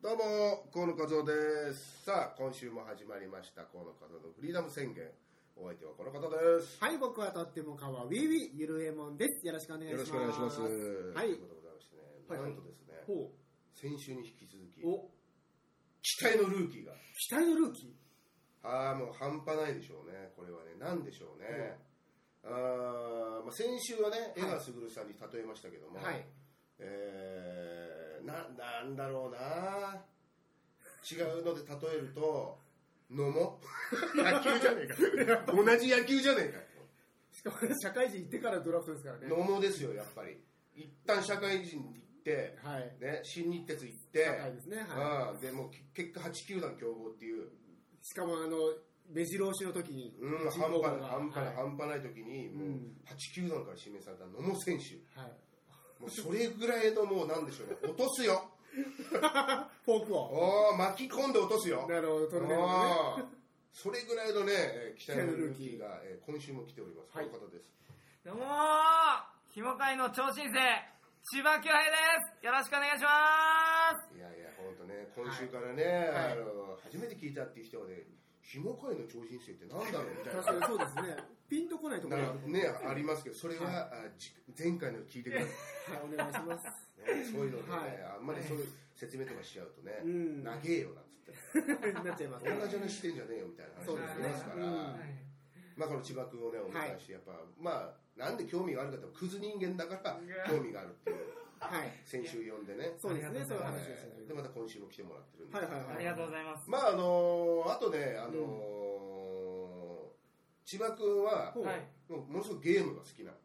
どうも河野和夫ですさあ今週も始まりました河野和夫のフリーダム宣言お相手はこの方ですはい、僕はとってもかわウィウィゆるえもんです。よろしくお願いしよまろす。しくお願いしますはといいうこ。とでございましてね、はいはいなんとですねほ先週に引き続きう。お、期待のルーキーが期待のルーキー。ああもう半端ないでしょうねこれはね何でしょうね、あーまあ、先週はね江川卓さんに例えましたけども、はい。えーななんだろうな違うので例えると野茂 野球じゃねえか同じ野球じゃねえしかも 社会人行ってからドラフトですからねか。野茂ですよやっぱり一旦社会人行って、はい。ね、新日鉄行っ高いて、ですね。はうんでもう結果8球団競合っていう、い。しかも、あの、目白押しの時に、うん、人半口端がない半端ない、は半端ない時にもううん8球団から指名された野茂選手い。はい。もうそれぐらいのもうなんでしょうね落とすよフォークを。おー巻き込んで落とすよなるほど、トルネードのね。ああそれぐらいのね、えー期待のルーキーが、えー今週も来ております。はいこの方です。どうもーひもかいの超新星、千葉恭平ですよろしくお願いしまーすいやいや、本当ね、今週からね、はいあの初めて聞いたっていう人はね、ひもかいの超新星ってなんだろうみたいな確。かにそうですね。ピンとこないとこなんろがあるかと思うね、ありますけど、それは、あじ前回の聞いてくださはい、お願いします。い、 ね、そういうのでね、はいあんまりそういう説明とかしちゃうとね、うん長えよなっつって、 なっちゃいますね。同じ話してんじゃねえよみたいな話そうにでなすりねますか。うら、んまあこの千葉君をね、お迎えして、やっぱ、まあ、なんで興味があるかって、クズ人間だから興味があるっていう。はい。先週呼んでね、そうですね、そういうは話ですいでね。また今週も来てもらってるんで、はいはいはいありがとうございます。まああのーあとね、あのー千葉君はほう。ははいい。もうものすごくゲームが好きなは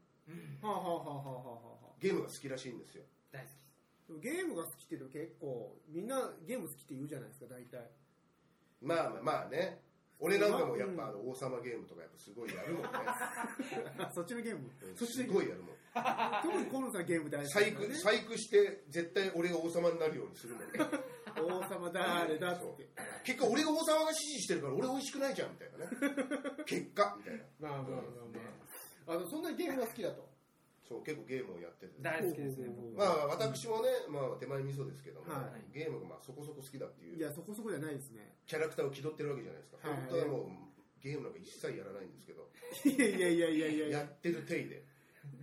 あはあはあはあはあはあ。ゲームが好きらしいんですよ大好き。でもゲームが好きっていうの結構みんなゲーム好きって言うじゃないですか大体まあまあまあね俺なんかもやっぱあの王様ゲームとかやっぱすごいやるもん ねそっちのゲームそっちすのゲーごムいやるもん特に河野さんゲーム大好き細だから工ね細工して絶対俺が王様になるようにするもんね王様誰だっつって結果俺が王様が指示してるから俺美味しくないじゃんみたいな ね結果みたいなまあまあまあまああのそんなにゲームが好きだとそう結構ゲームをやってて大好きですね。ほうほうほうまあ私もね、まあ、手前味噌ですけども、はゲームがまあそこそこ好きだっていいやうそこそこじゃないですねキャラクターを気取ってるわけじゃないですか、はい本当はもうゲームなんか一切やらないんですけど、いやいやいやいやいやいややってる体で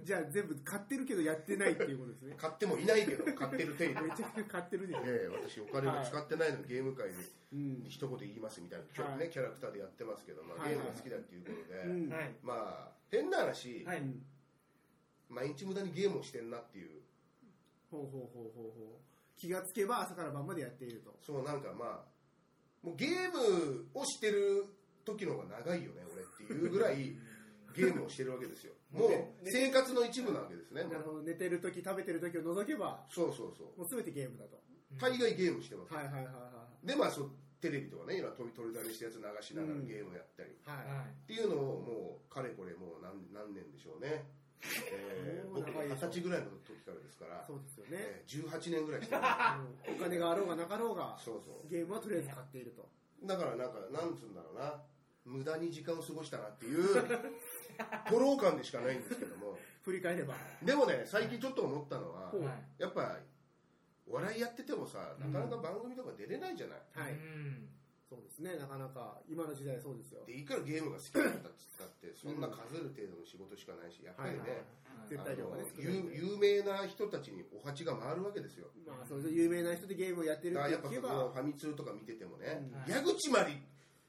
じゃあ全部買ってるけどやってないっていうことですね買ってもいないけ ど買ってる体で、めちゃくちゃ買ってるでしょ、ええ私お金も使ってないのにゲーム界にうん一言言いますみたいな、きょはいね、キャラクターでやってますけど、まあ、はいゲームが好きだっていうことで、うんはい。まあ変な話、はい。毎日無駄にゲームをしてんなっていうほうほうほうほうほう気がつけば朝から晩までやっているとそうなんかまあもうゲームをしてる時の方が長いよね俺っていうぐら いゲームをしてるわけですよもう生活の一部なわけですねもなうるほど寝てる時食べてる時を除けばそうそうそうもう全てゲームだと大概ゲームしてますはいはいはいはでまあそうテレビとかね今取り取りだれしたやつ流しながらゲームやったり、っいはいはていうのをもうかれこれもう何何年でしょう ね、えーもう僕長いで二し十ょ歳ぐらいの時からですから、そうですよね、 えー、18年ぐらいしてるお金があろうがなかろうが そうそうゲームはとりあえず買っているとだからなんかなんつうんだろうな無駄に時間を過ごしたなって いう徒労感でしかないんですけども振り返ればでもね最近ちょっと思ったのはほうい。ははいい。やっぱお笑いやっててもさなかなか番組とか出れないじゃない、うん。そうですねなかなか今の時代そうですよでいくらゲームが好きだったっつったってそんな数える程度の仕事しかないしやっぱりね、はいはいはい絶対量がねあの少ないん有で有名な人たちにお鉢が回るわけですよまあそれで有名な人でゲームをやってるだっからやてっぱ聞けそばのファミ通とか見ててもね、うん矢口まり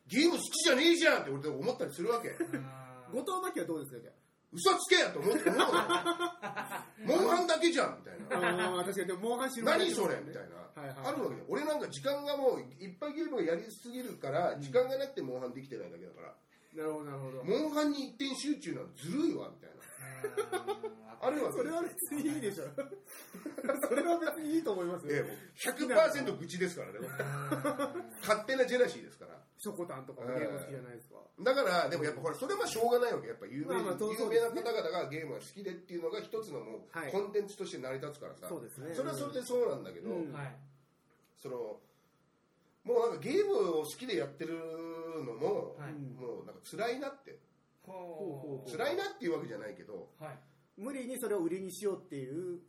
ゲーム好きじゃねえじゃんって俺と思ったりするわけあー後藤真希はどうですかじ ゃ嘘つけやと思って思 うのよモンハンだけじゃんみたいあなあー確かにでもモンハン知る何それみたいはいはいなあるわけで俺なんか時間がもういっぱいゲームをやりすぎるから時間がなくてモンハンできてないだけだからなるほどなるほどモンハンに一点集中なのずるいわみたいなあーあるわそけれでは別にいいでしょ それは別にいいと思いますええよもう100%愚痴ですからね勝手なジェラシーですからしょこたんとかもゲーム好きじゃないですかだから、でもやっぱほら、それはしょうがないわけ。やっぱ有名,、まあまあそう有そう名ですな方々がゲームが好きでっていうのが一つのもう、はいコンテンツとして成り立つからさ。そうですねそれはそれでそうなんだけど、うんはい。その、もうなんかゲームを好きでやってるのも、はいうんもうなんか辛いなって。ほほうほう辛いなっていうわけじゃないけど、う。はい。無理にそれを売りにしようっていう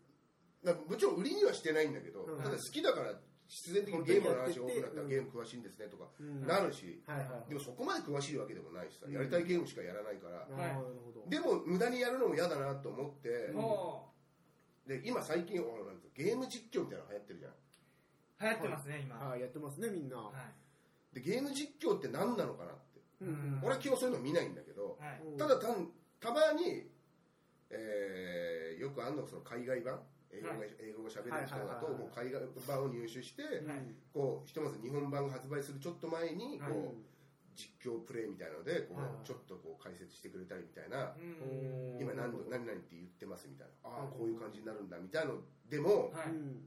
なんかもちろん売りにはしてないんだけど、うんただ好きだから必然的にゲームの話多くなったらゲーム詳しいんですねとかうんなるし、はいはいでもそこまで詳しいわけでもないしさ、うんやりたいゲームしかやらないから、なるほどなるほどでも無駄にやるのも嫌だなと思って、もで今最近ほらなんてゲーム実況みたいなの流行ってるじゃんう、流行ってますね、今。ははいやってますねみんな、でゲーム実況って何なのかなってい。うん俺は基本そういうの見ないんだけどい。はい。ただ単たまに、えーよくあんのがその海外版英語が、は英語が喋れる人はいだはいとはいはいもう海外版を入手して、うんこうひとまず日本版が発売するちょっと前にこはう、い実況プレイみたいなのでこう、はいはいちょっとこう解説してくれたりみたいな、うん。今何度何々って言ってますみたいなああこういう感じになるんだみたいのでもはうい。ん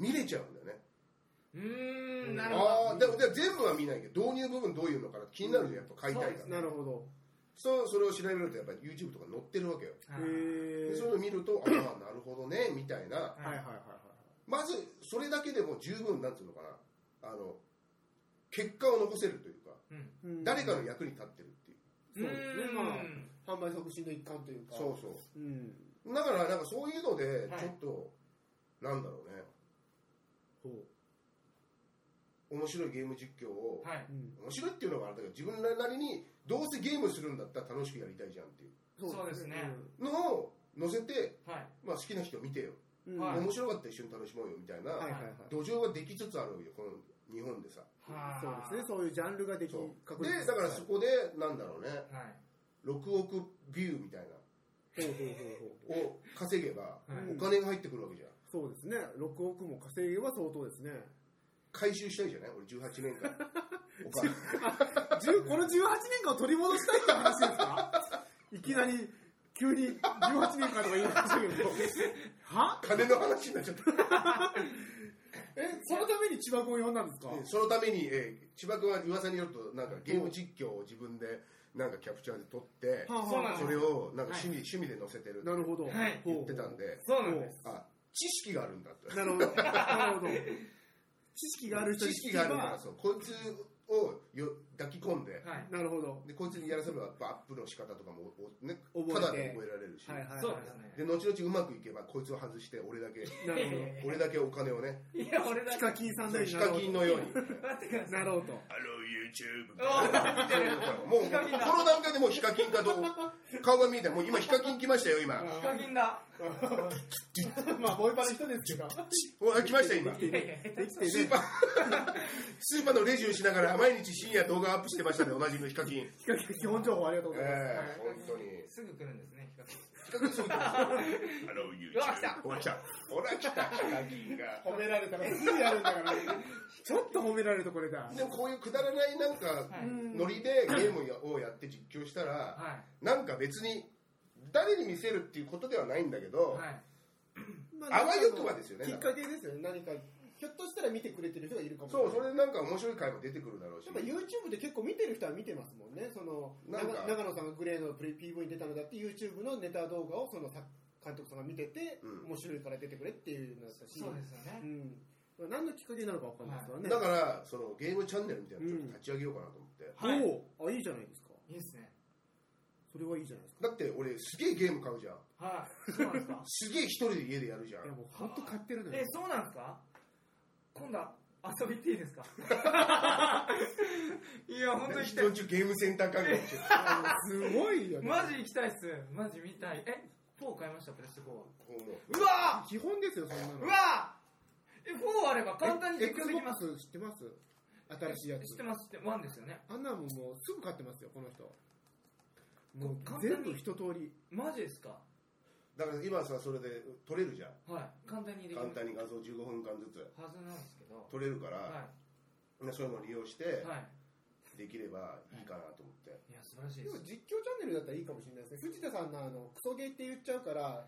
見れちゃうんだよねうーん、なるああほど。でもでも全部は見ないけど導入部分どういうのかな気になるじゃんやっぱ買いたいからなるほどそうそれを調べるとやっぱり YouTube とか載ってるわけよはいへでえそういうの見るとああなるほどねみたいなはいはいはいははいまずそれだけでも十分なんていうのかなあの結果を残せるというかい。うん。うん誰かの役に立ってるっていうそうですねまあ販うん売促進の一環というかそうそうう、ん、だからなんかそういうのではいちょっと、なんだろうねほう、面白いゲーム実況を、はい。うん、面白いっていうのがあれだけど自分なりにどうせゲームするんだったら楽しくやりたいじゃんっていうそうですねのを載せて、はい。まあ、好きな人見てよ、うん、はい面白かったら一緒に楽しもうよみたいな、はいはいはい土壌ができつつあるわけよこの日本でさはそうですねね。そういうジャンルができそう確で立だからそこでなんだろうねはい。 6億ビューみたいほうほうほうほうなを稼げばはいうんお金が入ってくるわけじゃんそうですね6億も稼げば相当ですね回収したいじゃない俺18年 間お金10この18年間を取り戻したいって話ですかいきなり急に18年間とか言いましたけどは金の話になっちゃったえそのために千葉君を呼んだんですかそのために、えー千葉君は噂によるとなんかゲーム実況を自分でなんかキャプチャーで撮ってはあはあそうなんですそれをなんか趣味,、は趣味で載せてるなるほど、はいほう言ってたんでそうなんです。あ知識があるんだってなるほど。なるほど。知識がある人知に識聞けがばあるからそうこいつをよ抱き込んではい。なるほど。でこいつにやらせればアップの仕方とかもお、ね、覚えてただで覚えられるし、はいはい。そうですね。で後々うまくいけばこいつを外して俺だけなるほいやいや俺だけお金をねいや、俺ど。だけ。ヒカキンさんのようにヒカキンのように待ってください。なるほど。なるほど「Hello YouTube」おーそういうこともうヒカキンだこの段階でもうヒカキンかどう顔が見えたもう今ヒカキン来ましたよ今ヒカキンだ。 まあ、ボイパの人ですけど。おあ来ました今できていやいね。できてスーね。パースーパーのレジをしながら毎日深夜動画アップしてましたね同じみのヒカキンヒカキン基本情報ありがとうございます。ええ本当にすぐ来るんですね、ヒカキン。ヒカキンすぐ来ますよ Hello YouTube うわ来たほら来たほら来たヒカキンが褒められ たから、すぐやるんだから。ちょっと褒められるとこれだ。でもこういうくだらないなんかはうい。んノリでゲームをやって実況したらはなんか別に誰に見せるっていうことではないんだけい。ど、はい。まあわよくばですよねきっかけですよね。何か、ひょっとしたら見てくれてる人がいるかもしれそなうい。それでなんか面白い回も出てくるだろうしやっぱ YouTube で結構見てる人は見てますもんね。その、なんか長長野さんがグレーのプレ PV に出たのだって YouTube のネタ動画をその作監督さんが見てて、うん面白いから出てくれっていうのだったし、そうですよね。うん。何のきっかけなのかわかんないですからね。だからそのゲームチャンネルみたいなのちょっと立ち上げようかなと思って、はいおうあ、いいじゃないですか。いいですね。それはいいじゃないですか。だって俺すげえゲーム買うじゃんはい。そうなんですか。すげえ一人で家でやるじゃんいや、もう本当買っ てるのよえ、。そうなんですか今度、遊び行っていいですかいや、本当に行一きたい人。中ゲームセンター関係してるあのすごいよね。マジ行きたいっす。マジ見たい。え、4買いました、プレステ4は。こうもううわ基本ですよ、そんなーの。うわーえ、4あれば簡単にえ実況できます。 Xbox 知ってます新しいや知っつて。ます、知ってます。1ですよね。あんなもんもうすぐ買ってますよ、この人。も簡う単に全部一通り。マジですかだから今さそれで撮れるじゃんはい。簡単にできる簡単に画像15分間ずつはずなんですけど。撮れるから、はねそういうのを利用しい。てはい。できればいいかなと思って、いや、素晴らしでいでもす。実況チャンネルだったらいいかもしれないですね。藤田さんのあのクソゲーって言っちゃうから、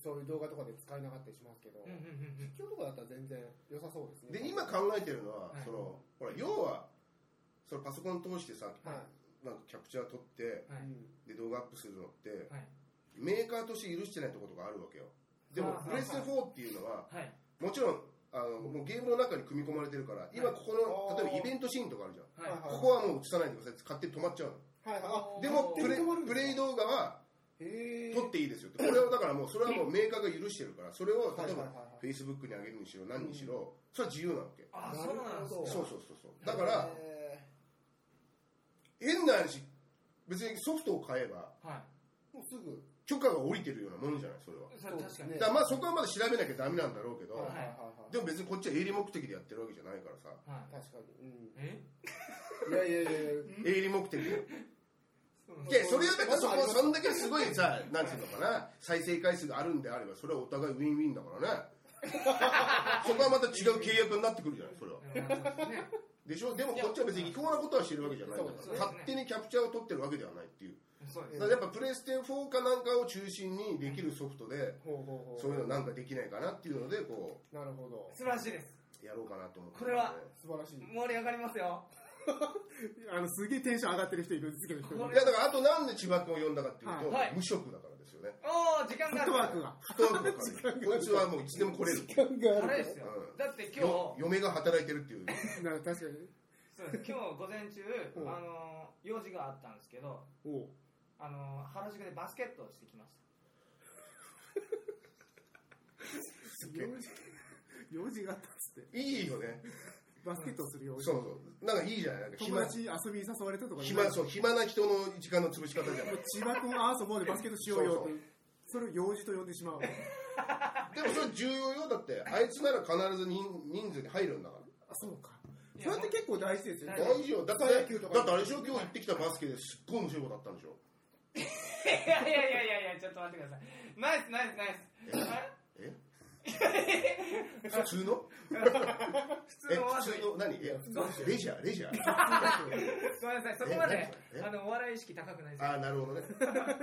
そういう動画とかで使えなかったりしますけど、うんうんうん実況とかだったら全然良さそうですね。で今考えてるのは、はそいのほら要はそのパソコン通してさ、は。なんかキャプチャー撮ってうん。はいい。で動画アップするのってはい。メーカーとして許してないところとかあるわけよでもあープレステ4っていうのははい。もちろんあのもうゲームの中に組み込まれてるから今ここのあー例えばイベントシーンとかあるじゃんはい。はいここはもう映さないでくださいって勝手に止まっちゃうはいはい。あのーでもあプレ止まるんだプレイ動画はへえ。取っていいですよってこれをだからもうそれはもうメーカーが許してるからそれを例えばはいはいはいはフいェイスブックに上げるにしろ何にしろそれは自由なわけあ、なそるうなんほですどか。そうそうそうそうだからへ変な話別にソフトを買えばはい。ーもうすぐ。許可が下りてるようなものじゃないそれはそれ確かに。だからまあそこはまだ調べなきゃダメなんだろうけど、はいはいはいでも別にこっちは営利目的でやってるわけじゃないからさはい。はい。確かに。えうん。いやいやいやいや。営利目的でそうなんですでそれはだからそこそんだけすごいさなんていうのかな再生回数があるんであればそれはお互いウィンウィンだから ねそこはまた違う契約になってくるじゃないそれはねでしょでもこっちは別に違法なことはしてるわけじゃないんだそかうでら、すね勝手にキャプチャーを取ってるわけではないっていうそうでだからすね。やっぱプレステ4かなんかを中心にできるソフトでほうほうほう。そういうのなんかできないかなっていうのでこなるほど。素晴らしいです。うやろうかなと思ってこれは素晴らしい。盛り上がりますよ。あの、すげえテンション上がってる人いるんですけど、こいやだからあとなんで千葉君を呼んだかっていうと、はい無職だからですよねおー、時間フ ッがあトワーる。クが。ストーブからねこいつはもういつでも来れる時間がああれるですよう。んだって今日、よ嫁が働いてるっていうと。なる確かに。そうです今日午前中、うんあのー、用事があったんですけど、おうあのー、原宿でバスケットをしてきましげえ用事用事があったっつって。いいよねバスケットをする用事。そうそうなんかいいじゃないなんか友暇達遊びに誘われたとかじゃない暇そう暇な人の時間の潰し方じゃない千葉君アーソボーでバスケットしようよそうってそうそれを用事と呼んでしまうあでもそれ重要よだってあいつなら必ず人人数に入るんだからそうかそた。れって結構大事ですよね大事よだって草野球とかだってあれでしょ今日行ってきたバスケですっごい面白いことあったんでしょいやいやいやいやいや、ちょっと待ってください。ナイスナイスナイス。あれえ普通の普え通のお普遊び通の何えレジャーレジャーごめんなさい、そこまでえ何それえあのお笑い意識高くないです。ああなるほどね、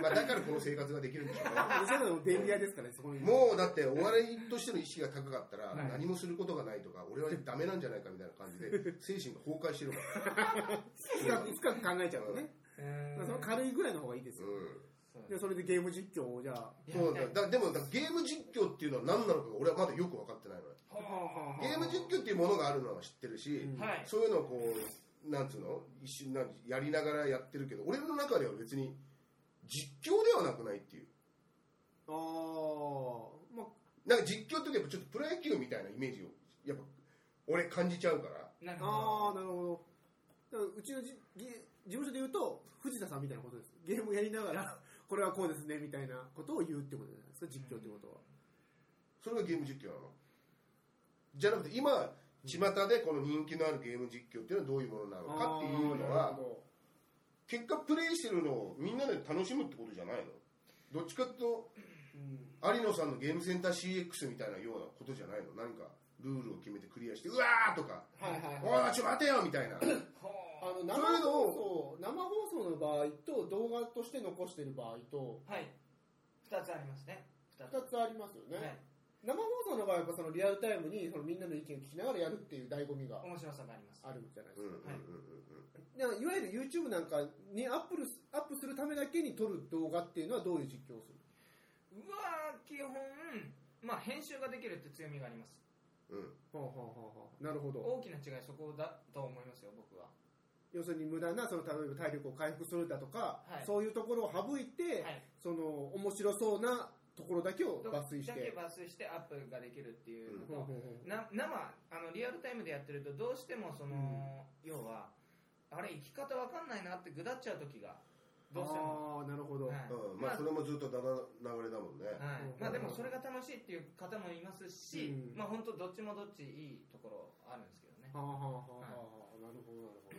まあ、だからこの生活ができるんでしょうねそういうのも便利屋ですからねそこにもうだってお笑いとしての意識が高かったらはい何もすることがないとか俺はダメなんじゃないかみたいな感じ で精神が崩壊してるから深く深く考えちゃうとねうだからそーのん軽いぐらいの方がいいですようそうでそれでゲーム実況をじゃあんそうだだでもだゲーム実況っていうのは何なのかが俺はまだよく分かってないのよほうゲーム実況っていうものがあるのは知ってるし、うんはい。そういうのをこうなんつうの一瞬なんやりながらやってるけど俺の中では別に実況ではなくないっていうあーまあなんか実況っていうとやっぱちょっとプロ野球みたいなイメージをやっぱ俺感じちゃうからなるほあど。ーなるほどだからうちのじゲ事務所で言うと藤田さんみたいなことですゲームやりながら これはこうですねみたいなことを言うってことじゃないですか実況ってことはそれがゲーム実況なのじゃなくて今巷でこの人気のあるゲーム実況っていうのはどういうものなのかっていうのあーなるはほど結果プレイしてるのをみんなで楽しむってことじゃないのどっちかっていうとうん有野さんのゲームセンター CX みたいなようなことじゃないの何かルールを決めてクリアしてうわーとかはいはいはいおいちょっと待てよみたいなほあの生そういうの放送生放送の場合と動画として残してる場合とう。はい。二つありますね。二2つありますよね、はい。生放送の場合はやっぱそのリアルタイムにそのみんなの意見を聞きながらやるっていう醍醐味が面白さがあります。あるじゃないうんうんうんはいですか,、い、わゆる YouTube なんかにアップるアップするためだけに撮る動画っていうのはどういう実況をするうわー、基本、まあ編集ができるって強みがあります。うんうんはあはあはあはあなるほど大きな違いそこだと思いますよ、僕は。要するに無駄なその例えば体力を回復するだとか、はいそういうところを省いて、はい。その面白そうなところだけを抜粋しだけて抜粋してアップができるっていうのほうほうと、ほな生あのリアルタイムでやってるとどうしてもその、要はあれ生き方わかんないなってぐだっちゃう時がどうしても、うああなるほど、はいうんまあそれもずっとだだ流れだもんねはいうんまあでもそれが楽しいっていう方もいますし、うんまあ本当どっちもどっちいいところあるんですけどねはあはあはあはあ、なるほどなるほど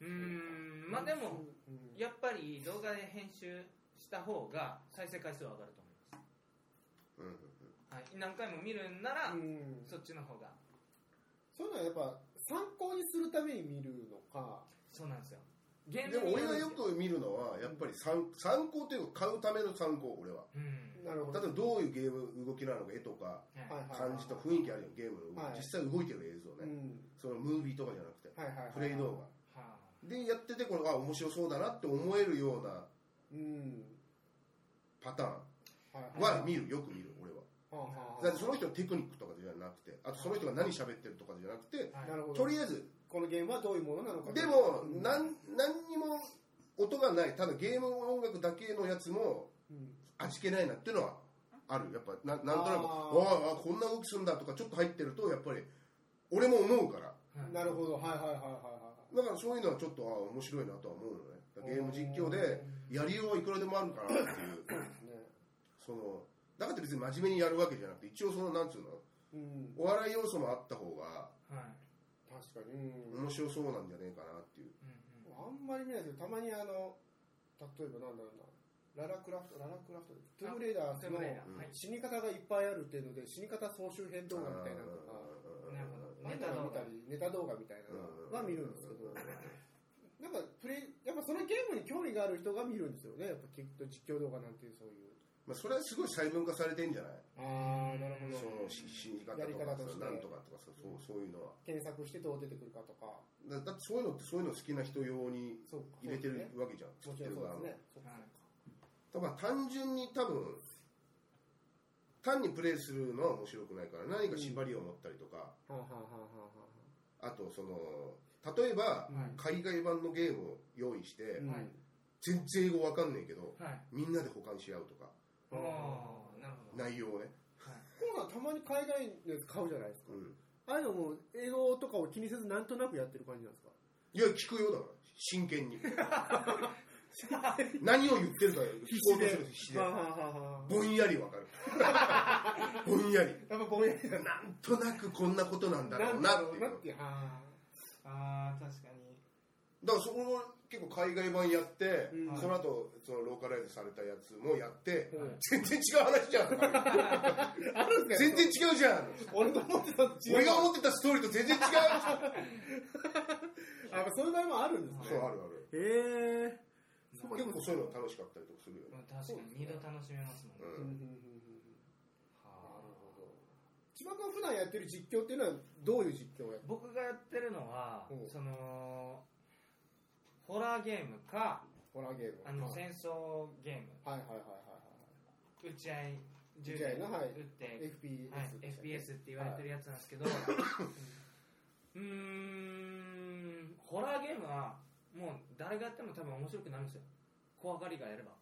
うーんまあでも、うんやっぱり動画で編集した方が再生回数は上がると思いまうんうんす、はい、何回も見るんなうら、んそっちの方がそういうのはやっぱ参考にするために見るのかそうなんですよゲでも俺がはよ、く見るのはやっぱり参参考というか買うための参考俺はうんなるほ例えどばどういうゲーム動きなのか絵とかはいはいはい感じと雰囲気あるよゲームの動き、はい実際動いてる映像うね、んそのムービーとかじゃなくてはいはいはいプレイ動はあ画でやっててこれあ面白そうだなって思えるようなうんパターはいンは見るよく見る俺ははあはあだってその人のテクニックとかじゃなくてあとその人が何喋ってるとかじゃなくてはいなるほどとりあえずこのゲームはどういうものなのかでもうん何何にも音がないただゲーム音楽だけのやつもうん味気ないなっていうのはあるやっぱななんとなくああーあこんな動きするんだとかちょっと入ってるとやっぱり俺も思うからはいなるほど、はいはいはいはいだからそういうのはちょっとあ面白いなとは思うのねゲーム実況でやりようはいくらでもあるからっていうはい。ね。そのだからって別に真面目にやるわけじゃなくて一応そのなんつうのうん、お笑い要素もあった方がはい確かに。うん。面白そうなんじゃねえかなっていううんうんあんまり見ないけど、たまにあの、例えばなんだろうな、ララクラフト、ララクラフト、トゥームレイダーズトゥームのレイダーうんはい死に方がいっぱいあるっていうので、死に方総集編動画みたいなのとか、うんなるほどああいうのを見たり、ネタ動画みたいなのは見るんですけど、なんかプレイ、やっぱそのゲームに興味がある人が見るんですよね、やっぱきっと実況動画なんていうそういう。まあ、それはすごい細分化されてんじゃないあー、なるほそのし死に方とやりか方としてなんとかとかそうそうそういうのは検索してどう出てくるかとか、だだってそういうのってそういうの好きな人用にそうか入れてるねわけじゃんも作っちてろんるそう側のですね。そうはいだから単純に多分単にプレイするのは面白くないから何か縛りを持ったりとか、はあはあはあとその例えばあはあはあ。海外版のゲームを用意して、うんはい全然英語わかんねえけどはいみんなで保管し合うとかああな内るほど容をね、コウさんたまに海外のやつ買うじゃないですかう。ん、ああいうのも英語とかを気にせずなんとなくやってる感じなんですかいや聞くよだから真剣に 何を言ってるか聞こうとする必死ではあはあはあはあぼんやり わかるぼんやりやっぱぼんやりだなんとなくこんなことなんだなろうんなだっろていううだなって。はあああ確かにからそこも結構海外版やって、うんその後そのローカライズされたやつもやって、うん全然違う話じゃんとかあるんです全か然違うじゃん俺と思ってたのと違う。俺が思ってたストーリーと全然違うあやっぱそういう場合もあるんですね。そうあるあるへえ。そう結構そういうの楽しかったりとかするよねまあ確かに二度楽しめますもんねうんはあ千葉君普段やってる実況っていうのはどういう実況をやって僕がやってるのはうんそのホラーゲームかホラーゲーム。あのはい戦争ゲームはいはいはい打ち合い銃打ち合いのはい撃ってはい FPS でしたっけ。 FPS って言われてるやつなんですけど、うーん、ホラーゲームは、もう誰がやっても多分面白くなるんですよ。怖がりがやれば。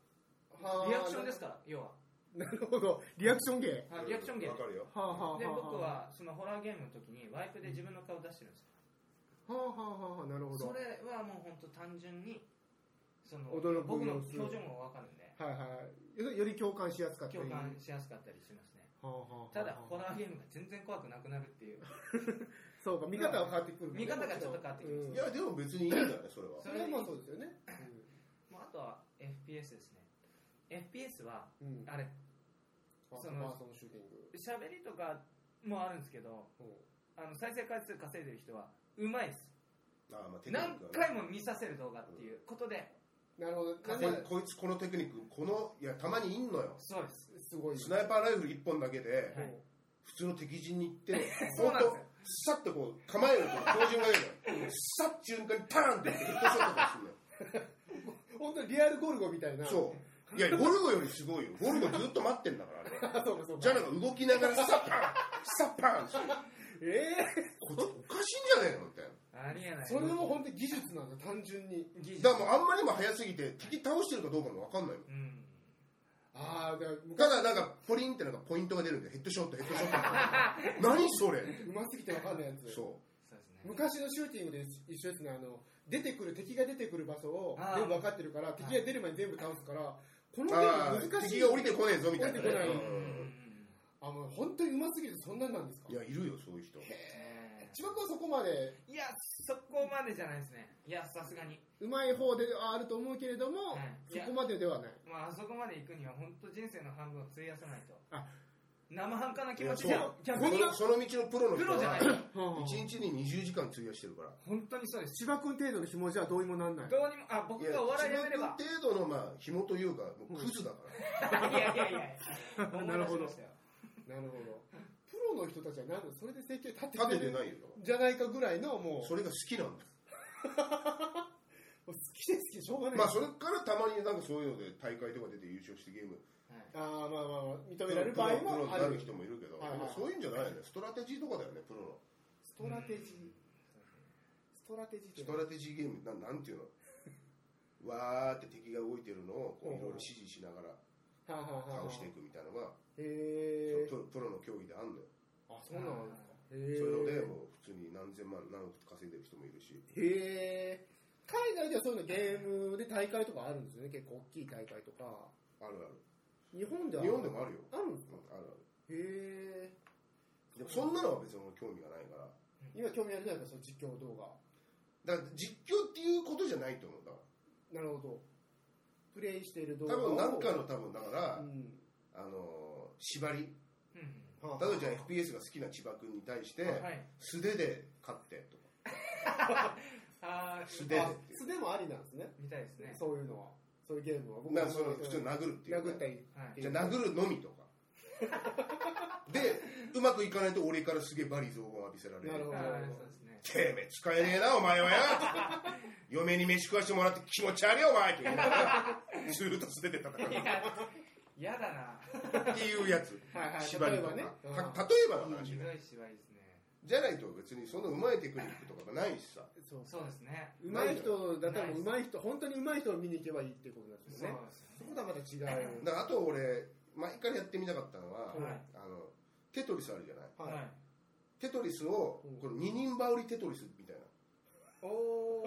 はあリアクションですから、要は。なるほど。リアクション芸。はいリアクションゲーわムか。るよはあ、はあはあ。で、僕。はそのホラーゲームの時にワイプで自分の顔出してるんですよ。はあはあはあ、なるほど。それはもう本当単純に、その驚く僕の様子表情もわかるんで、はいはい。よより共感しやすかったり。共感しやすかったりしますね。はあはあはあただ、ホラーゲームが全然怖くなくなるっていう。そうか、見方は変わってくるもんね。見方がちょっと変わってきますうんいやでも別にいいんじゃないそれはそれはまあそうですよね。もうあとは FPS ですね。FPS は、うん。うんあれ、パーソそンのパーソンシューティング。喋りとかもあるんですけど、あの再生回数稼いでる人はうまいですあーまあテクニッ何クがね回も見させる動画っていうことでなるほど。なんこいこかいつこのテクニックこのいやたまにいんのよそうですすごい。スナイパーライフル1本だけではい普通の敵陣に行って そうなんほんですよとさっとこう構えると標準がいいのよさっ瞬間にパーンってヘッドショットがするのよ本当にリアルゴルゴみたいな。そういやゴルゴよりすごいよゴルゴずっと待ってんだからああ。そうか、それうじゃかあ。なんか動きながらさパーンさパーンしてえこっちおかしいんじゃねえのみたいなありえなえいそれも本当に技術なんだ、単純に。技術だからもうあんまりにも早すぎて敵倒してるかどうかもわかんないのうんああ、だからただなんかポリンってなんかポイントが出るんでヘッドショットヘッド ショット何それうますぎてわかんないやつ。そそうですね昔のシューティングで一緒ですね、あの、出てくる、敵が出てくる場所をあー全部分かってるから、敵が出る前に全部倒すから、このうゲーあムあ難しい。敵が降りてこねえぞみたいな降りてこないうんあ、もう本当にうますぎてそんなんなんですかいやいるよそういう人え千葉君はそこまでーいやそこまでじゃないですねいやさすがに、うまい方ではあると思うけれども、はいいそやこまでではない。まああそこまで行くには本当人生の半分を費やさないとあ生半可な気持ちいじやゃそう逆そにのその道のプロのプ人ロじゃなはいと1日に20時間費やしてるから本当にそうです千葉君程度の紐じゃどうにもなんない。どうにもあ僕いやがお笑いやめれば自分程度のまあ紐というかもうクズだから、いやいやいやなるほど思い出しましたよなるほど。プロの人たちはなんかそれで設計立て立てててるないよじゃないかぐらいのもう、それが好きなんだ好きで好きでしょうがない。まあそれからたまになんかそういうので大会とか出て優勝してゲームはいあーまあまあまあ、認められる場合プロもにあなるる。人もいるけど、はいはいはいそういうんじゃないよねストラテジーとかだよねプロのストラテジー。ストラテジーってストラテジーゲームななんていうのわーって敵が動いてるのをこううんいろいろ指示しながらはあは倒あはあはあしていくみたいなのがへえプロプロの競技であんのよ、あそうなんでそすかへえういうのでもう普通に何千万何億稼いでる人もいるしへえ海外ではそういうのゲームで大会とかあるんですよね結構大きい大会とかある日あ本でるは日本でもあるよ、あるんですうん、かあるあるへえでもそんなのは別に俺興味がないから今興味あるじゃないですかその実況動画だから実況っていうことじゃないと思うだかなるほどプレイしている動ら画多を分なんかの多分だから、うんあのー縛りうんはあ例えばじゃあ FPS が好きな千葉君に対して、はい。素手で勝ってとかあー素手であ素でもありなんですね見たいですね。そういうのはそういうゲームはなはその普通に殴るっていう、殴ったりはい。じゃあ殴るのみとかでうまくいかないと俺からすげえバリ雑言浴びせられるなるほどあーそうです ね。てめえ使えねえなお前はよ嫁に飯食わしてもらって気持ち悪いよお前って言うからずーっと素手で戦うやだな。っていうやつはいはい縛りとか例えばねうんか例えばの話ひどねい芝居ですね。じゃないと別にそんなうまいテクニックとかがないしさそうそうですね。上手い人だったらもう上手い人本当に上手い人を見に行けばいいっていうことなんですそうよねですそよことはまた違うだからあと俺前からやってみたかったのは、はいあのテトリスあるじゃないね。 はいい。テトリスをうんこの二人羽織テトリスみたいなお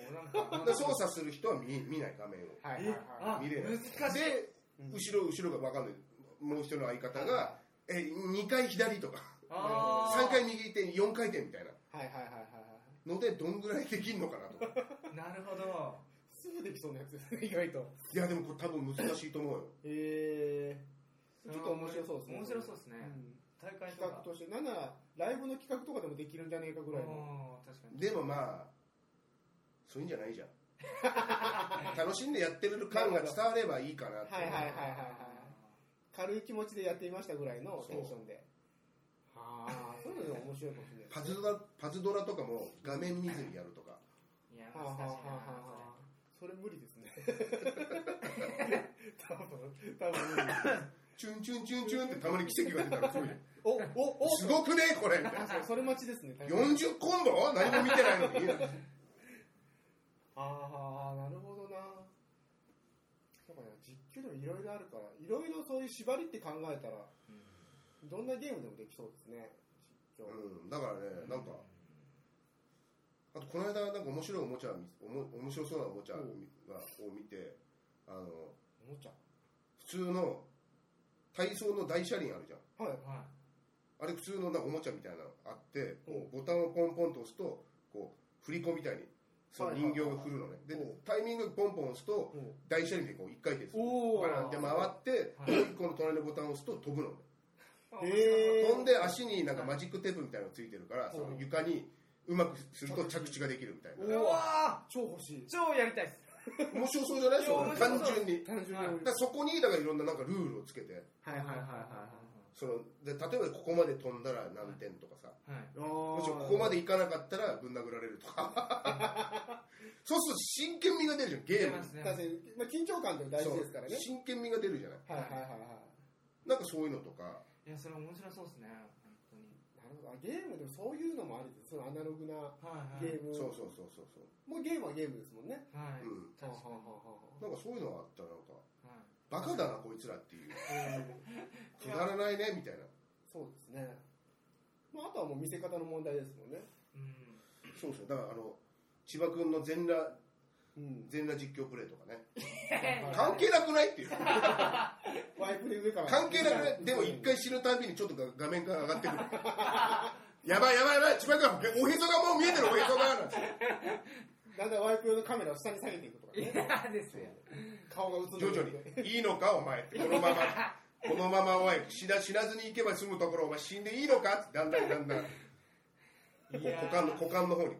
ー、な んでか。操作する人は見見ない画面をはいはいえはあ、見れない難しい。でいうん後ろ後ろが分かんないもう一人の相方がえ2回左とかあー3回右手4回転みたいはいはいはいはいはいなのでどんぐらいできるのかな とかなるほど。すぐできそうなやつですね意外といやでもこれ多分難しいと思うよえー、ちょっと面白そうですね面白そうですねう。ん大会と企画か。としてなんならライブの企画とかでもできるんじゃねえかぐらいのおー、確かに。でもまあそういうんじゃないじゃん楽しんでやってる感が伝わればいいかなってはいはいはいはいはいあ軽い気持ちでやってみましたぐらいのテンションでああそういうの面白いかもしれないパズドラパズドラとかも画面見ずにやるとかーいや、はあはあ難しいはあなはあ それ無理ですね 多分多分無理 チュンチュンチュンチュンってたまに奇跡が出たらすごいよおおおすごくねこれみたいな確かにそれ待ちですね確かに40コンボ何も見てないのにああなるほどなそうかね実況でもいろいろあるからいろいろそういう縛りって考えたらそれどんなゲームでもできそうですね実況、うんだからねうんなんかあとこの間なんか面白いおもちゃ見おも面白そうなおもちゃうんがを見てあのおもちゃ普通の体操の大車輪あるじゃんはいはあれ普通のなんかおもちゃみたいなのあってこううボタンをポンポンと押すとこう振り子みたいにその人形が振るのねではいはいはいうんタイミングポンポン押すと大車輪でこう1回転するおバランって回ってはもう1い個の隣のボタンを押すと飛ぶのね い。へー飛んで足になんかマジックテープみたいなのついてるから、その床にうまくすると着地ができるみたいな。ううわ超欲しいー超やりたいです。面白そうじゃないですいや面か、白単そう純に。だ単純にはいはいからそこに、だからいろんななんかルールをつけて、はいはいはいそので例えばここまで飛んだら何点とかさ、い。はい。ももしここまで行かなかったらぶん殴られるとか。そうすると真剣味が出るじゃん、ゲームに。ね確かに、まあ、緊張感って大事ですからねそう真剣味が出るじゃない。はいはいはいはいなんかそういうのとか、いや、それ面白そうですね。本当に。なるほどあゲームでもそういうのもありですそのアナログなはいゲはいーム、そうそうそうそうそう。もうゲームはゲームですもんねはい。うん確かはなんかそういうのがあったらなんか、に。はい。バカだなこいつらっていう。あはあはあうんくだらないね、みたいな。そうですね、まあ、あとはもう見せ方の問題ですもんね、うん。そうそう、だからあの、千葉君の全裸、うん、全裸実況プレイとかね。関関係なくないっていう。ワイプで上から関係なくない。でも一回死ぬたびにちょっとが画面から上がってくる。やばいやばいやばい、千葉君、おへそがもう見えてるおへそが。なんてだんだんワイプ用のカメラを下に下げていくとかね 嫌ですよ。顔が映る徐々に、いいのかお前って、このまま。このままお前死な死なずに行けば済むところお前死んでいいのかってだんだんだんだんこういや股間の股間の方に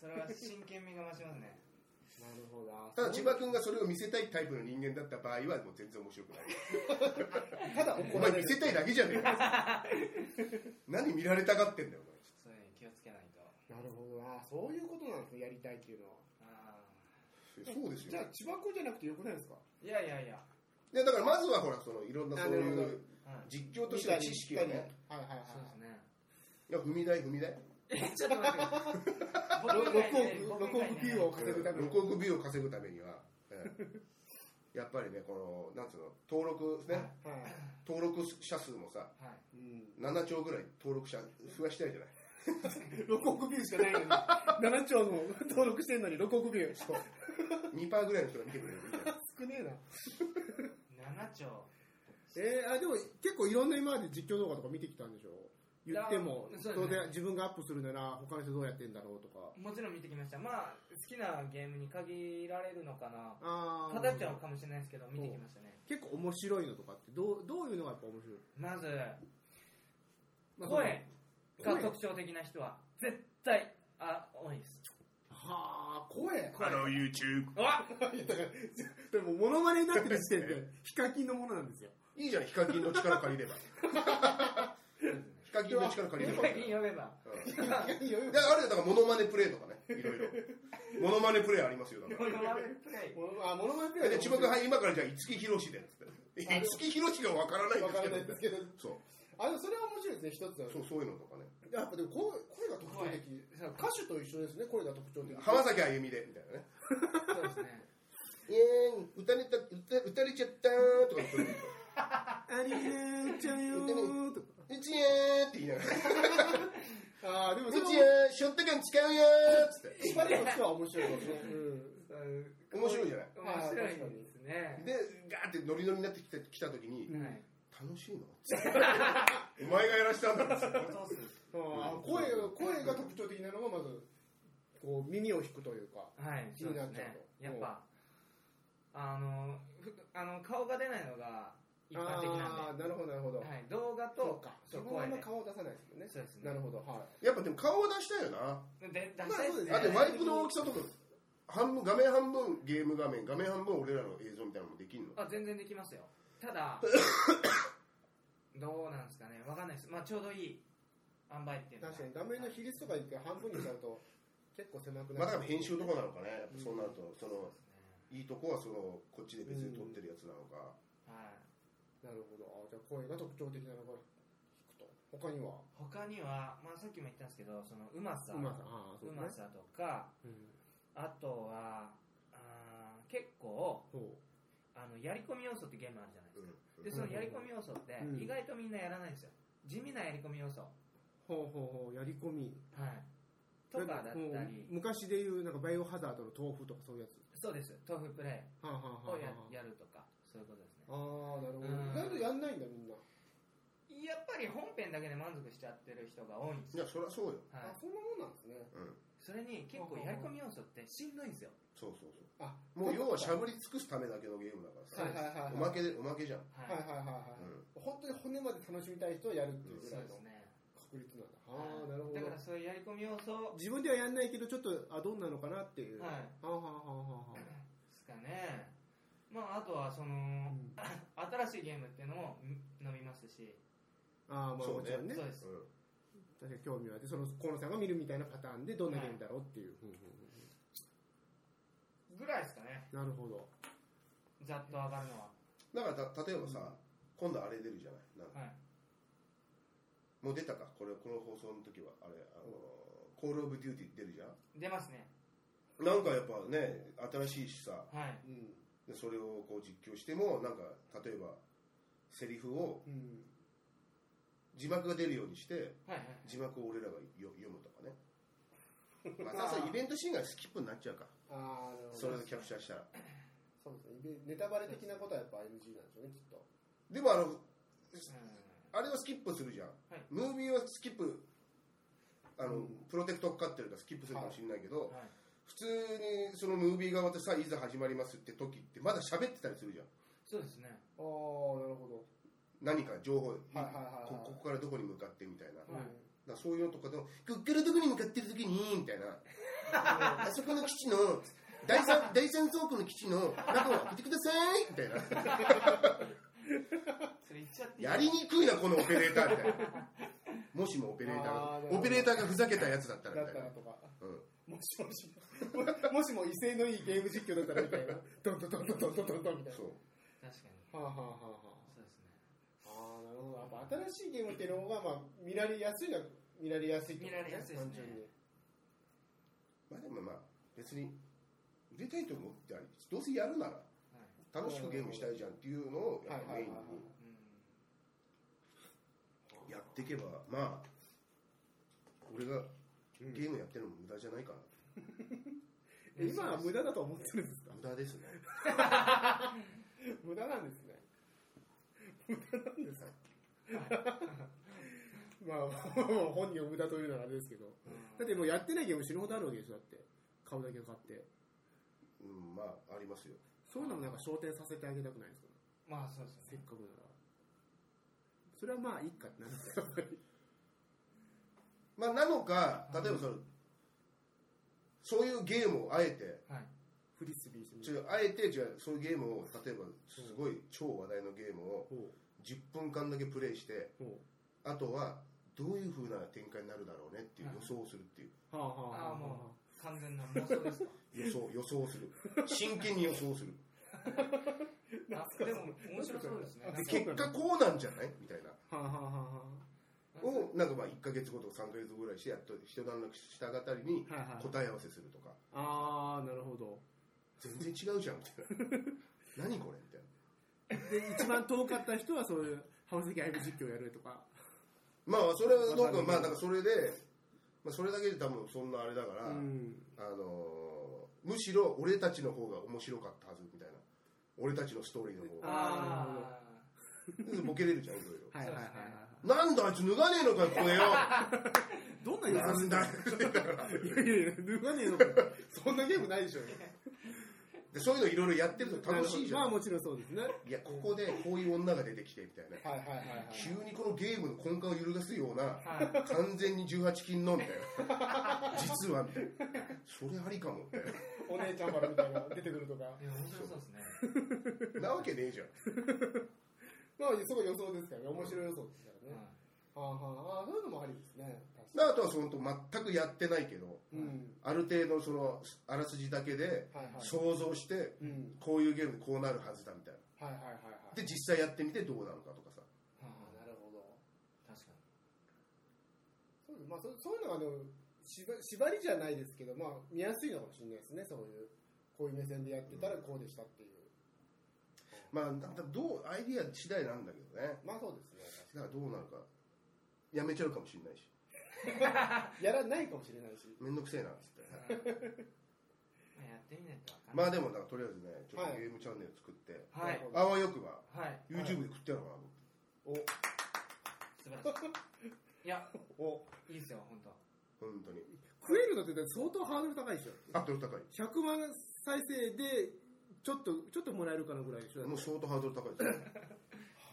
それは真剣味が増しますね。なるほどただ千葉君がそれを見せたいタイプの人間だった場合はもう全然面白くないただお怒ら前れ見るせたいだけじゃねえか何見られたがってんだよそういうのに気をつけないと。なるほどなそういうことなんですねやりたいっていうのはあお前そうですよじゃあ千葉君じゃなくてよくないですかーいやいやいや。いやだからまずはほらそのいろんなそうなるいほうはい。実況としての知識をねはいはいはいそうですね。いや踏み台踏み台え、ちょっと待ってください。僕以外にね6億僕以外に6ね億ビューを稼ぐために6億ビューを稼ぐためには、うんやっぱりね、この、なんつうの、登録ね、はい。登録者数もさ、はい。うん。 7兆ぐらい登録者増やしたいじゃない。 6億ビューしかないのに、7兆の登録してんのに6億ビュー。そう。2%ぐらいの人が見てくれるみたいな。少ねえな。 7兆。えー、あでも結構いろんな今まで実況動画とか見てきたんでしょ言ってもいや、そう当ですね然自分がアップするなら他の人どうやってんだろうとか。もちろん見てきました。まあ、好きなゲームに限られるのかな。あ語っちゃうかもしれないですけど、見てきましたね。結構面白いのとかって、どうどういうのがやっぱ面白い、まず、まあ声そのが声特徴的な人は、絶対、あ、多いです。はあ、声あの YouTube。うわでも、モノマネになってる時点で、ヒカキンのものなんですよ。いいじゃん、ヒカキンの力借りれば。ヒカキンの力借りれば。最近読めば。うんであれだからモノマネプレイとかね、いろいろ。モノマネプレイありますよ、だから。このラベルプレイ。モノあ、モノマネってで、千葉君、はい、今からじゃあ、五木ひろしで、つって。五木ひろしがわからないんわですからけなどいですけど、そあ、でもそれは面白いですね、一つはう。そう、そういうのとかね。やっぱでも声、声が特徴的。歌手とそう一緒ですね、声が特徴的。浜崎あゆみで、みたいなね。そうですね。えーん、撃たれた、撃た撃たれちゃったーとか言ってる。ありがちゃよーとか。うちやーって言いながら。うあー、でもそれちはやー、ショットガン使うよーつって。千葉君としては面白いですね。うん面白いじゃない。面白いですね。で、ガーってノリノリになってきた来た時に、うんはい。楽しいの つってお前がやらしたんだろつって落とす。あー声が声が特徴的なのがまずこう耳を引くというかはい、気になっちゃうとやっぱ、あの、ふあの顔が出ないのが一般的なあんーで、なるほどなるほどはい、動画そうとかそそうのま声まで。顔を出さないですもんねそうですねなるほどはいやっぱでも顔は出したいよな。で出したいまあそうですねあだとってワイプの大きさとか、半分、画面半分ゲーム画面、画面半分俺らの映像みたいなのもできんの。あ全然できますよ。ただ、どうなんですかね、わかんないです。まあ、ちょうどいい塩梅っていうのが確かに画面の比率とか一回半分にしちゃうと結構狭くまなあ、だるから編集とかなのかね、やっぱそうなると、そそのうで、すいねいとこはその、こっちで別に撮ってるやつなのか。はい、なるほどあーじゃあ声が特徴的なのが引くと他には他には、まあ、さっきも言ったんですけど、そのうまさ、うまさああそううまねさとか、うんあとは、あー結構、そうあのやり込み要素ってゲームあるじゃないですか。うんでそのやり込み要素ってうん意外とみんなやらないんですよ地味なやり込み要素はほうほうほうやり込みいとかだったなんかりうん昔でいうなんかバイオハザードの豆腐とかそういうやつそうです豆腐プレイはあはあをはあはやあやるとかそういうことですねああなるほどうん意外とやんないんだみんなやっぱり本編だけで満足しちゃってる人が多いんですいよ、や、そりゃそうよ。はいあ、そんなもんなんですねうん。それに結構やり込み要素ってしんどいんですよそうそうそあう。もう要はしゃぶり尽くすためだけのゲームだかはいらはいさ。おはいはいまけで、おまけじゃん。はい、はいはいはいはい、本当に骨まで楽しみたい人はやるっていうぐそらういでのすね確率なんだ、はいああなるほだからどそういうやり込み要素は自分ではやんないけどちょっとあどんなのかなってい、いうはあはあはあはあはですかねまああとはその、あ、うん新しいゲームっていうのも伸びますし、ああまあそうねもちろんねそうですうん確かに興味はあってその河野さんが見るみたいなパターンでどんなゲームだろうっていう、うんうんぐらいですかねうんなるほどざっと上がるのはだからた、例えばさ、今度あれ出るじゃない。なんかはいもう出たか、これ、この放送の時は、あれ、あの、コールオブデューティー出るじゃん。出ますねなんかやっぱね、新しいしさ、はいうん、でそれをこう実況してもなんか例えばセリフをうん、字幕が出るようにしてはいはい字幕を俺らがよ読むとかねまあさすがにイベントシーンがスキップになっちゃうかああなるほどそれでキャプチャーしたらそうですねイベネタバレ的なことはやっぱ NG なんでしょうねきっとでもあのうあれはスキップするじゃん、いムービーはスキップあの、うんプロテクトかかってるからスキップするかもしれないけど、んはい普通にそのムービー側ってさいざ始まりますって時ってまだ喋ってたりするじゃんそうですねああなるほど何か情報、はいはいはいはいこここからどこに向かってみたいな、はいだからそういうのとかでも、こっからどこに向かってる時に、みたいな。あそこの基地の、第 三、第三倉庫の基地の中を開けてくださいみたいな。それ言っちゃっていいやりにくいな、このオペレーターみたいな。もしもオペレータあーなーるほどが、オペレーターがふざけたやつだったうんらみだったいなら。とかうんもしもし、もしも威勢のいいゲーム実況だったらみたいな、ドンドンドンドンドンドンドンみたいな。そう。確かはにあ、はあはあはそうですねあ、ああ、なるほど。やっぱ新しいゲームっていうのが、まあ、見られやすいのは見られやすいってこと見られやすいです単ね純に。まあでもまあ、別に、売れたいと思ってあり、どうせやるなら、はい楽しくゲームしたいじゃんっていうのを、やっぱメインはいはいはいはにうやっていけば、まあ、俺がゲームやってるのも無駄じゃないかえ今は無駄だと思ってるんですかな。無駄ですね。無駄なんですね。無駄なんですかまあ、本人を無駄というのはあれですけど。んだってもうやってないゲーム死ぬほどあるわけでしょ、だって。買うだけ買って。うん、まあ、ありますよ。そういうのもなんか昇天させてあげたくないですかまあそうですせっね。かくなら。それはまあ、いいかってなるんですよやっぱりまあ、なのか、例えばその、そういうゲームをあえて、はい。フリスビーしてみちる。ょあえて、じゃあそういうゲームを、例えば、すごい超話題のゲームを、ほ10分間だけプレイして、う。あほとは、どういう風な展開になるだろうねっていう予想をするっていう。う。はあはあはあああはもう完全な妄想です か。予想、予想 する。真剣に予想する。あでも面白そうですね。あなんかで、そ結う果こうなんじゃないみたいな。あ。はあはあはを、なんかまあ、1ヶ月後とか3ヶ月後ぐらいして、やっと一段落したあたりに、あはあ。はいはい。答え合わせするとか。ああ、なるほど。全然違うじゃん、みたいな。 何これみたいな。で、一番遠かった人はそういう、浜崎あゆみ実況やるとか。まあ、それはどうわかか、るまあ、なんかそれで、まあ、それだけで多分そんなあれだから、うん。あのーむしろ俺たちの方が面白かったはずみたいな。俺たちのストーリーの方が。あボケれるじゃん、いろいろ。はいはいはいはい。なんだあいつ脱がねえのか、 これよ。どんな予な想すんんだだいやいやいや、脱がねえのか。そんなゲームないでしょ。でそういうのいろいろやってると楽しいじゃんまあ。もちろんそうですね。はいいや、ここでこういう女が出てきてみたいな。はいはいはい。急にこのゲームの根幹を揺るがすような、あ。はい。完全に18禁のみたいな。実はみたいな。それありかもみたいお姉ちゃんからみたいなの出てくるとか。いや面白そうですな。ね。なわけねえじゃん。まあ、すごい予想ですからね。面白い予想ですからね。ははあはあ、ああそういうのもありですね。確でかあとはそのと全くやってないけど、に。うん。ある程度その、あらすじだけではいはい。想像して、うん。こういうゲームでこうなるはずだみたいな。はいはいはいはで、い。実際やってみてどうなのかとかさ。あああ、なるほど。確かに。そうですまあ、そそういうのがあの縛縛りじゃないですけど、まあ、見やすいのかもしれないですね、そういう、こういう目線でやってたらこうでしたっていう。まあ、なんかどう、アイディア次第なんだけどね。まあそうですね、だか確らどうなるか。やめちゃうかもしれないし。かにやらないかもしれないし。めんどくせえな、つって。まあやってみないとわかまあんない。でもだからとりあえずね、ちょっとゲームチャンネル作って、はないるほどあわよくば、はい。 YouTube で食ってやろうかなと思って。素晴らしい。いやおおいいですよ本当。本当に。食えるのって相当ハードル高いでしょ。ハードル高い。 100万再生で、ちょっと、ちょっともらえるかなぐらいでしょ。だってもう相当ハードル高いです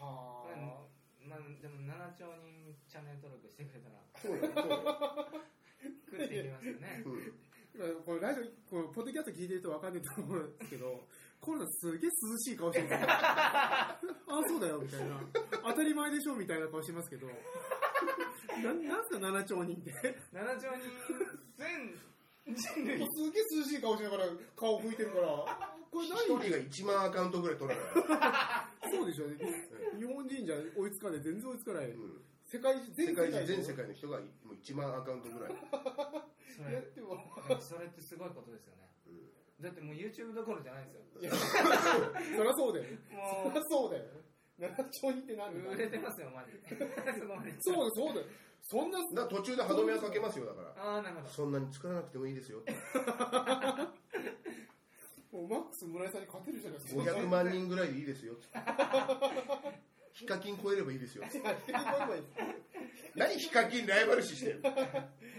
よ。はあ。まあでも7兆人チャンネル登録してくれたらそうだよ、そうだよ。食っていきますよ ね。うん。今このラジオ、このポッドキャスト聞いてるとわかんないと思うんですけ ど、コロナすげえ涼しい顔してるんです よ。あ、そうだよ、みたいな。当たり前でしょ、みたいな顔してますけど。ななんすか、7兆人って。 7兆人全人類すげえ涼しい顔しながら顔拭いてるから、これ一人が1万アカウントぐらい取らない。そうでしょ、ね、日本人じゃ追いつかない、全然追いつかない。うん。世界中、全世世界界中、中全世界の人がもう1万アカウントぐらい。そや れっても、それってすごいことですよね。うん。だってもう YouTube どころじゃないですよ。そりゃそうだよ。そもりゃそうだよ。7兆人って何う売れてますよマジで。そこまで。そうだ、そうだよ。そんな、だから途中で歯止めはかけますよ、だから。ああなるほど。そんなに作らなくてもいいですよ。もうマックス村井さんに勝てるじゃないですか。 500万人ぐらいでいいですよ。ヒカキン超えればいいですよ。いやいやいやいや何ヒカキンライバル視してるい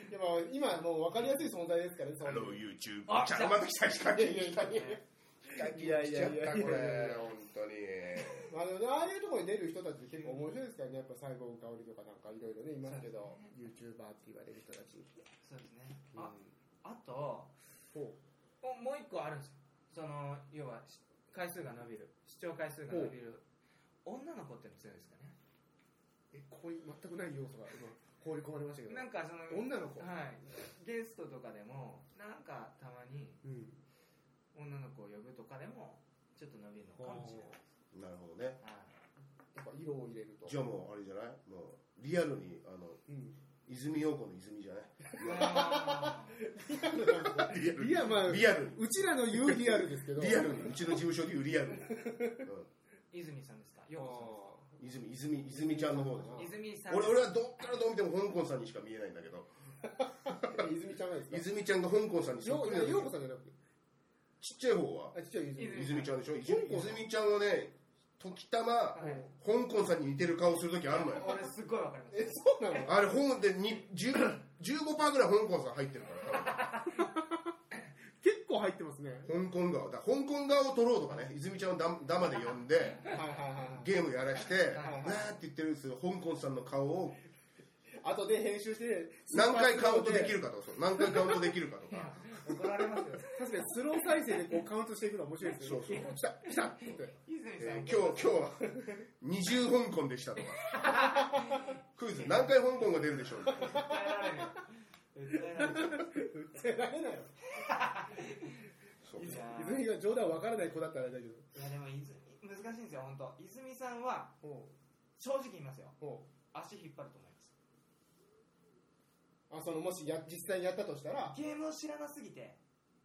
やまあ今もう分かりやすい存在ですからね、そあうの YouTube。あちゃんまた来たヒカいキやン。いやいやいやヒカキン来ちゃった、こいやいやいやいれや。本当に。まあでもね、ああいうところに出る人たちって結構面白いですからね、やっぱ西郷香織とかなんかいろいろね、いますけど、YouTuber って言われる人たち。そうですね。うんああとほおもう一個あるんですよ。その要はし回数が伸びる視聴回数が伸びる女の子っての強いですかね。え、ここに全くない要素が今、放り込まれましたけど。なんかその女の子はいゲストとかでもなんかたまにうん。女の子を呼ぶとかでもちょっと伸びるのかもしれない。なるほどね。はいやっぱ色を入れると。じゃあもう、あれじゃないもう、リアルに、あの、うん。泉陽子の泉じゃないあー リアルいや、まあ、リアルにうちらの言うリアルですけど。リアルにうちの事務所でいうリアルに、泉さんですかようん、泉泉泉ちゃんの方ですあー泉さん俺俺はどっからどう見ても香港さんにしか見えないんだけど泉ちゃんがですか泉ちゃんが香港さんにそっよくうりなんだけようどこさんじゃなくて。ちっちゃい方はあ、ちっちゃい泉。泉泉ちゃんでしょ香港さん泉ちゃんはね時たまはい香港さんに似てる顔する時あるのよ俺すっごいわかりますえ、そうなのあれ本でに10 15%ぐらい香港さん入ってるから結構入ってますね。多分香港側だから香港側を取ろうとかね泉ちゃんをダダマで呼んではいはいはいゲームやらしていはいなーって言ってるんですよ香港さんの顔をはい。後で編集して、何回カウントできるるかとかそう何回カウントできるかとか怒られますよ確かにスロー再生でこうカウントしていくのは面白いですそようね。そう来た 来たって泉さんえー今日今日は20香港でしたとか クイズ何回香港が出るでしょうみたいな訴えられるよ訴えられる訴えられ ないよ。そういやー泉が冗談わからない子だったら大丈いやでも泉難しいんですよ本当泉さんは夫。お正直言いますようおう足引っ張ると思いますあ、その、もしや、実際にやったとしたら、ゲームを知らなすぎて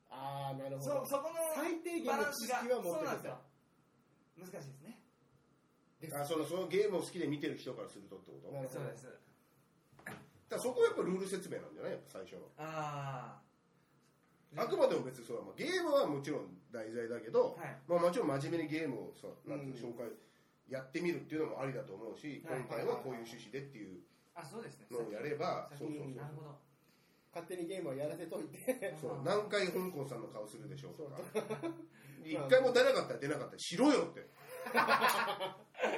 あー、なるほそど。そこの最低限バのラン知スが識は持っそうてなくんですだよ難しいですねあそのそのゲームを好きで見てる人からするとってことだなるかほど。すらそこはやっぱルール説明なんじゃないやっぱ最初のあああくまでも別にそれはまあゲームはもちろん題材だけど、はいまあ、もちろん真面目にゲームをさなんていううの紹介やってみるっていうのもありだと思うし、はい今回はこういう趣旨でっていうあそうですねのをやれば、先そうにそうなるほど勝手にゲームをやらせといて、そうそうな何回香港さんの顔するでしょうとか 一そう回も出なかったら出なかったらしろよって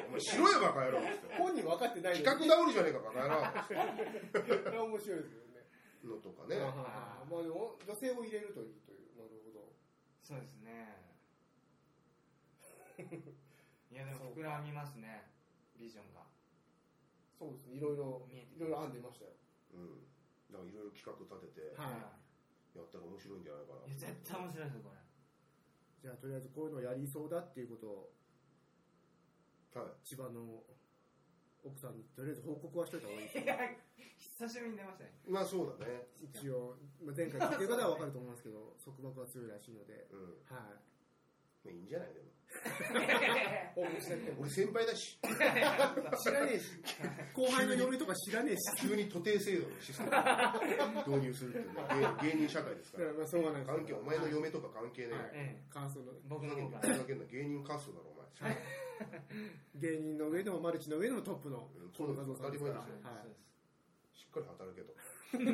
お前しろよバカ野郎っつって本人分かってない企画 に。倒りじゃねえかバカ野郎っつっこれは面白いですよね。てのとかあねははまあでも、女性を入れるといいという。なるほど。そうですね いやでそもう膨らみますねビジョンがそうですね。いろいろ、見えていろいろ案出ましたよ。うんだからいろいろ企画立ててはいやったら面白いんじゃないかないや絶対面白いですよこれじゃあ、とりあえずこういうのやりそうだっていうことを、はい、千葉の奥さんにとりあえず報告はしといた 方がいいですよいや久しぶりに出ました ね まあそうだね、一応、まあ、前回聞いてる方は分かると思いますけど、 束縛は強いらしいので、うんはい。まあ、いいんじゃないでも報告しなくても。俺先輩だし知らねえし、後輩の嫁とか知らねえ し。急に徒弟制度のシステムを導入するっていうね芸芸人社会ですかだかららまあ、しょうがないです関係お前の嫁とか関係ねはいええ感想の僕えのよ方ふか ざけんならふざけんな芸人カストだろお前芸人の上でもマルチの上でもトップのうん河野和夫さんですから当たりはそうですしっかり働けとい、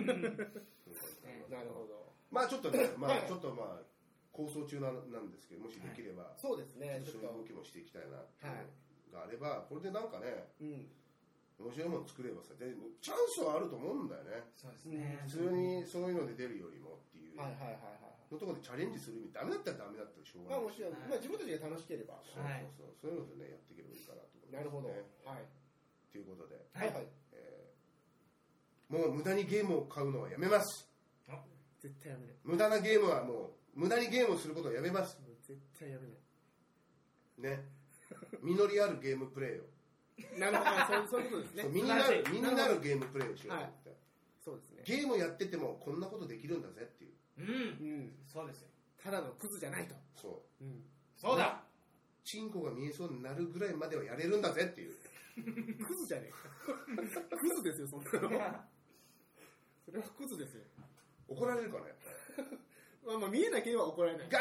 なるほどまあちょっと ねまはあいちょっとまあ構想中なんなんですけどもしできれば、そうですねちちょっょっとそういう動ときもしていきたいなってはいうのがあればこれでなんかねうん面白いもの作ればさでチャンスはあると思うんだよねそうですね普通にそういうので出るよりもっていうはいはいはいはいはいのところでチャレンジする意味ダメだったらダメだったらしょうまがあないもちろん、まあ、自分たちが楽しけれそばうそうそうそういうのでねやっていければいいかなと思います、ね、なるほど、ということで、はいはいはいえーもう無駄にゲームを買うのはやめます絶対やめない無駄なゲームはもう無駄にゲームをすることはやめますもう絶対やめないね実りあるゲームプレ イをなるほどそうそういうことですねそう身になる素晴らしい身になるゲームプレイをしようと思って、そうですねゲームやっててもこんなことできるんだぜっていううんうんそうですよただのクズじゃないとそううん そうだ チンコが見えそうになるぐらいまではやれるんだぜっていうクズじゃね えかクズですよそんなのそれはクズですよ怒られるかねまあまあ見えなければ怒られないガ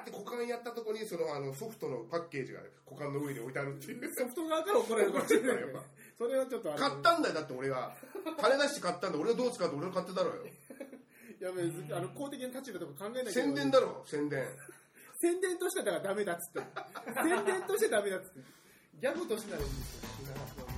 ーって股間やったとこにそのあのソフトのパッケージが股間の上に置いてあるって いうソフト側から怒ら れるかもしれないやけっどぱそれはちょっとあれ買ったんだよだって俺は金出して買ったんだ俺はどう使うって俺が買ってた ろよいや別にあの公的な立場とか考えないけど宣伝だろ宣伝宣伝 としてはだからダメだっつって 宣伝としてダメだっつってギャグとしてならいいんですよ